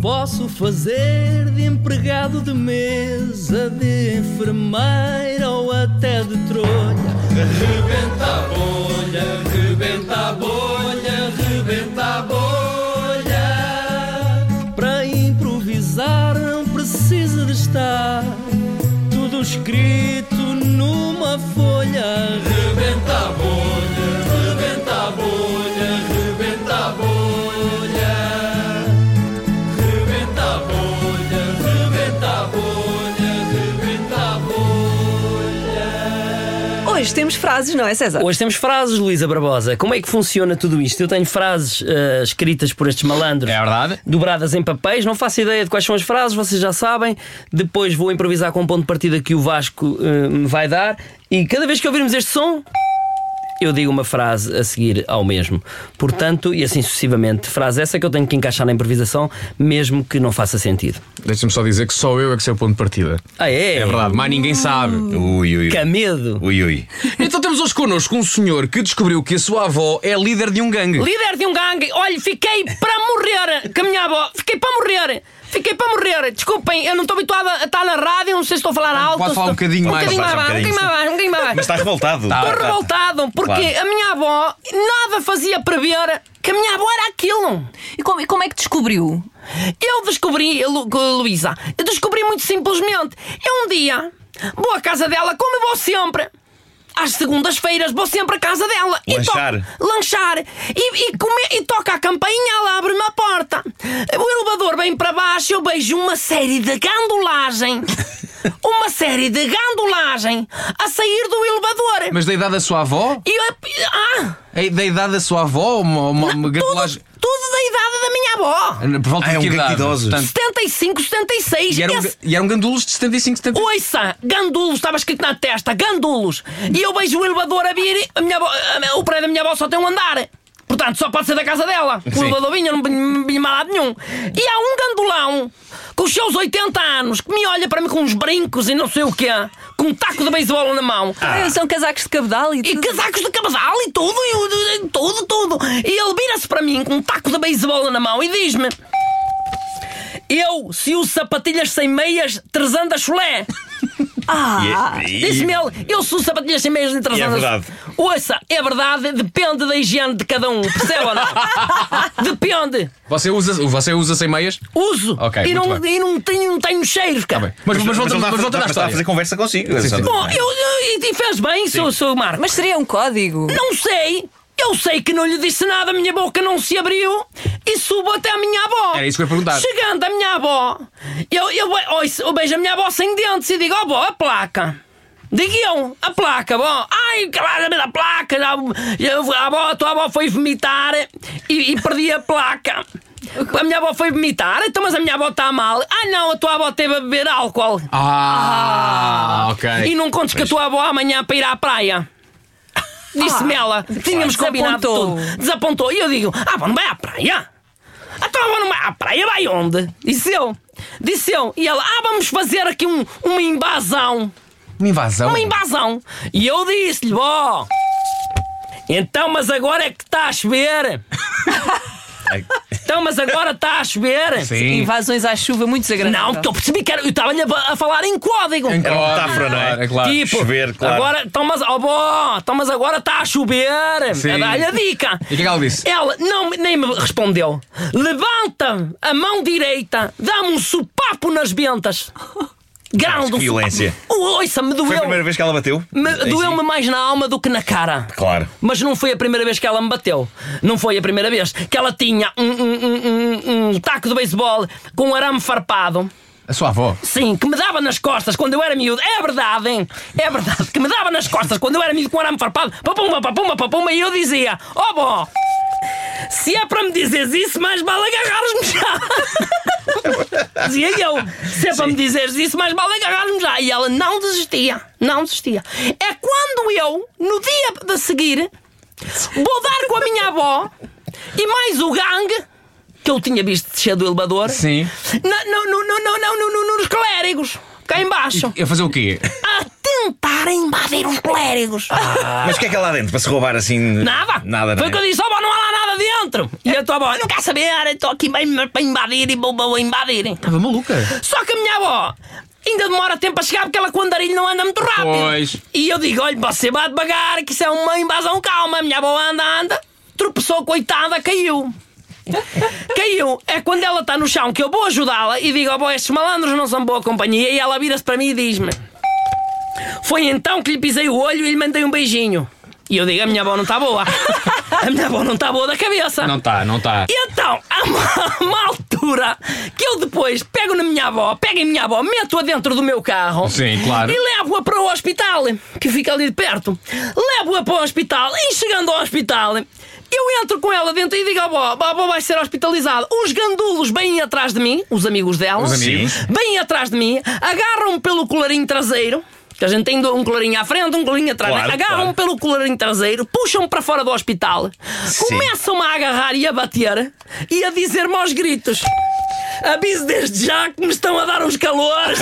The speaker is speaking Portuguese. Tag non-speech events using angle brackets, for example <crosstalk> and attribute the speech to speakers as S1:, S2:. S1: Posso fazer de empregado de mesa, de enfermeira ou até de trolha.
S2: Rebenta a bolha, rebenta a bolha, rebenta a bolha.
S1: Para improvisar não precisa de estar tudo escrito numa folha.
S2: Rebenta a bolha, rebenta a bolha, rebenta a bolha. Rebenta a bolha, rebenta a bolha, rebenta a bolha.
S3: Hoje temos frases, não é, César?
S4: Hoje temos frases, Luísa Barbosa. Como é que funciona tudo isto? Eu tenho frases eh, escritas por estes malandros.
S5: É verdade.
S4: Dobradas em papéis, não faço ideia de quais são as frases, vocês já sabem. Depois vou improvisar com o ponto de partida que o Vasco eh, me vai dar. E cada vez que ouvirmos este som, eu digo uma frase a seguir ao mesmo. Portanto, e assim sucessivamente, frase essa que eu tenho que encaixar na improvisação, mesmo que não faça sentido.
S5: Deixa-me só dizer que só eu é que sei o ponto de partida.
S4: Ah, é?
S5: É verdade, mais ninguém sabe.
S6: Ui, ui.
S4: Que medo!
S6: Ui, ui.
S5: Então temos hoje connosco um senhor que descobriu que a sua avó é líder de um gangue.
S4: Líder de um gangue, olha, fiquei para morrer com a minha avó, fiquei para morrer, fiquei para morrer. Desculpem, eu não estou habituada a estar na rádio, não sei se estou a falar alto.
S5: Pode falar um
S4: estou-
S5: bocadinho mais.
S4: Um bocadinho mais,
S6: Faz um
S4: baixo, um bocadinho mais, baixo, um bocadinho mais.
S6: Mas
S4: baixo.
S6: está revoltado.
S5: Tá,
S4: Estou revoltado porque a minha avó nada fazia prever que a minha avó era aquilo.
S3: E como, e como é que descobriu?
S4: Eu descobri, Lu- Luísa, eu descobri muito simplesmente. Eu um dia vou à casa dela, como eu vou sempre. Às segundas-feiras vou sempre à casa dela. e to-
S6: Lanchar.
S4: lanchar. E, e, come- e toca a campainha, ela abre-me a porta. O elevador vem para baixo, eu beijo uma série de gandulagem. uma série de gandulagem a sair do elevador.
S5: Mas da idade da sua avó?
S4: E eu. Ah!
S5: É Da idade da sua avó? Uma, uma, uma gratulagem-
S4: Tudo, tudo da idade da minha avó.
S5: Por volta
S6: Ah, é
S5: de
S6: um
S5: que
S6: gangue de
S5: idade?
S6: idosos.
S5: Portanto,
S4: 75, 76.
S5: e, eram,
S4: Esse-
S5: ga- e eram gandulos de 75, 70.
S4: Oiça, gandulos, estava escrito na testa, gandulos. E eu vejo o elevador a vir, e a minha avó, a- o prédio da minha avó só tem um andar. Portanto, só pode ser da casa dela. O elevador vinha, não vinha vinha mais lado nenhum. E há um gandulão, com os seus 80 anos, que me olha para mim com uns brincos e não sei o quê, com um taco de beisebol na mão.
S3: Ah, São casacos de cabedal e
S4: E
S3: tudo.
S4: casacos de cabedal e tudo, e o- e tudo, tudo. E ele vira-se para mim com um taco de beisebol na mão e diz-me: Eu, se uso sapatilhas sem meias, trazando a chulé.
S5: é-
S3: Ah,
S6: E- e-
S4: Disse-me ele, eu sou sapatilhas sem meias
S6: E é
S4: entrasadas.
S6: verdade.
S4: Ouça, é verdade, depende da higiene de cada um, percebe ou não?
S5: <laughs>
S4: depende.
S5: Você usa, você usa sem meias?
S4: Uso.
S5: Ok,
S4: e
S5: muito
S4: não,
S5: bem.
S4: e não tenho, não tenho cheiros,
S5: Tá
S4: cara.
S5: bem. Mas, mas,
S6: ele
S5: voltamos-
S6: está a-
S5: mas voltamos à
S6: está a
S5: história.
S6: fazer conversa consigo. é
S5: sim.
S4: Bom, eu, eu- e fez bem, sou, sou Marco.
S3: mas seria um código.
S4: Não sei. Eu sei que não lhe disse nada, a minha boca não se abriu e subo até a minha avó.
S5: Era isso que eu ia perguntar.
S4: Chegando à minha avó, eu, eu, be- ouço- eu beijo a minha avó sem dentes e digo: Ó, vó, a placa. Digo eu, a placa, vó. Ai, claro, a placa. já- eu- a, avó, a tua avó foi vomitar e, e perdi a placa. A minha avó foi vomitar, então, mas a minha avó está mal. Ah, não, a tua avó teve a beber álcool.
S5: Ah, ok.
S4: E não contes que a tua avó amanhã para ir à praia. Disse-me ela, tínhamos combinado
S3: Desapontou.
S4: tudo. Desapontou. E eu digo: Ah, vó, não vai à praia? A tua avó não vai à praia, vai onde? Disse eu. Disse eu. E ela: Ah, vamos fazer aqui um, uma invasão.
S5: Uma invasão.
S4: Uma invasão. E eu disse-lhe: Vó, então, mas agora é que está a chover. Então, mas agora está a chover.
S5: Sim.
S3: Invasões à chuva muito desagradável.
S4: Não, porque eu percebi que era, eu estava-lhe a, a falar em código.
S5: Em
S6: Era uma metáfora, não é?
S5: É claro.
S4: Tipo,
S6: chover, claro.
S4: agora, então, mas, oh, bó, então, mas agora está a chover.
S5: Sim.
S4: É dar-lhe a dica.
S5: E o que é que ela disse?
S4: Ela não, me- nem me respondeu. Levanta a mão direita, dá-me um sopapo nas bentas. Grande
S6: que
S4: um
S6: violência.
S4: sopapo. Oiça, me
S6: Foi a
S4: doeu.
S6: primeira vez que ela bateu?
S4: Me-
S6: Em si?
S4: Doeu-me mais na alma do que na cara.
S5: é.
S6: Claro.
S4: Mas não foi a primeira vez que ela me bateu. Não foi a primeira vez que ela tinha um, um- um- um- um taco de beisebol com um arame farpado.
S5: A sua avó.
S4: Sim, que me dava nas costas quando eu era miúdo. É verdade, hein? É verdade, que me dava nas costas quando eu era miúdo com um arame farpado. Papumba, papumba, papumba. E eu dizia: Ó, bó, se é para me dizeres isso, mais vale agarrares-me já. <laughs> dizia eu: se é para me dizeres isso, mais vale agarrares-me já. E ela não desistia, não desistia. É quando eu, no dia de seguir, vou dar com a minha avó e mais o gangue que eu tinha visto descer do elevador.
S5: Sim.
S4: Na- no, no, no, no, no, no, no, nos clérigos, cá embaixo,
S5: E a fazer o quê?
S4: a tentar invadir os clérigos.
S6: Mas o que é que há lá dentro para se roubar assim?
S4: Ah, Nada!
S6: Nada, não
S4: Foi
S6: é?
S4: o que eu disse, ó, vó, "Oh, não há lá nada dentro. E a tua avó, não quer saber, estou aqui bem para invadir e vou, vou invadir.
S5: Estava maluca.
S4: Só que a minha avó ainda demora tempo a chegar porque ela com o andarilho não anda muito rápido.
S5: Pois.
S4: E eu digo: olha, você vai devagar, que isso é uma invasão calma. A minha avó anda, anda, tropeçou, coitada, caiu. <laughs> Caiu. É quando ela está no chão que eu vou ajudá-la e digo: ó, avó, estes malandros não são boa companhia. E ela vira-se para mim e diz-me: Foi então que lhe pisei o olho e lhe mandei um beijinho. E eu digo: a minha avó não está boa. <laughs> A minha avó não está boa da cabeça.
S5: Não está, não tá. está.
S4: E Então, há uma, uma altura que eu depois pego na minha avó, pego em minha avó, meto-a dentro do meu carro
S5: Sim, claro.
S4: e levo-a para o hospital, que fica ali de perto. Levo-a para o hospital e chegando ao hospital, eu entro com ela dentro e digo à avó, a avó vai ser hospitalizada. Os gandulos bem atrás de mim, os amigos dela,
S5: Os amigos.
S4: bem atrás de mim, agarram-me pelo colarinho traseiro. Que a gente tem um colarinho à frente, um colarinho atrás.
S6: Claro,
S4: Agarram-me
S6: claro.
S4: pelo colarinho traseiro, puxam-me para fora do hospital, começam-me a agarrar e a bater e a dizer-me aos gritos: Aviso desde já que me estão a dar uns calores.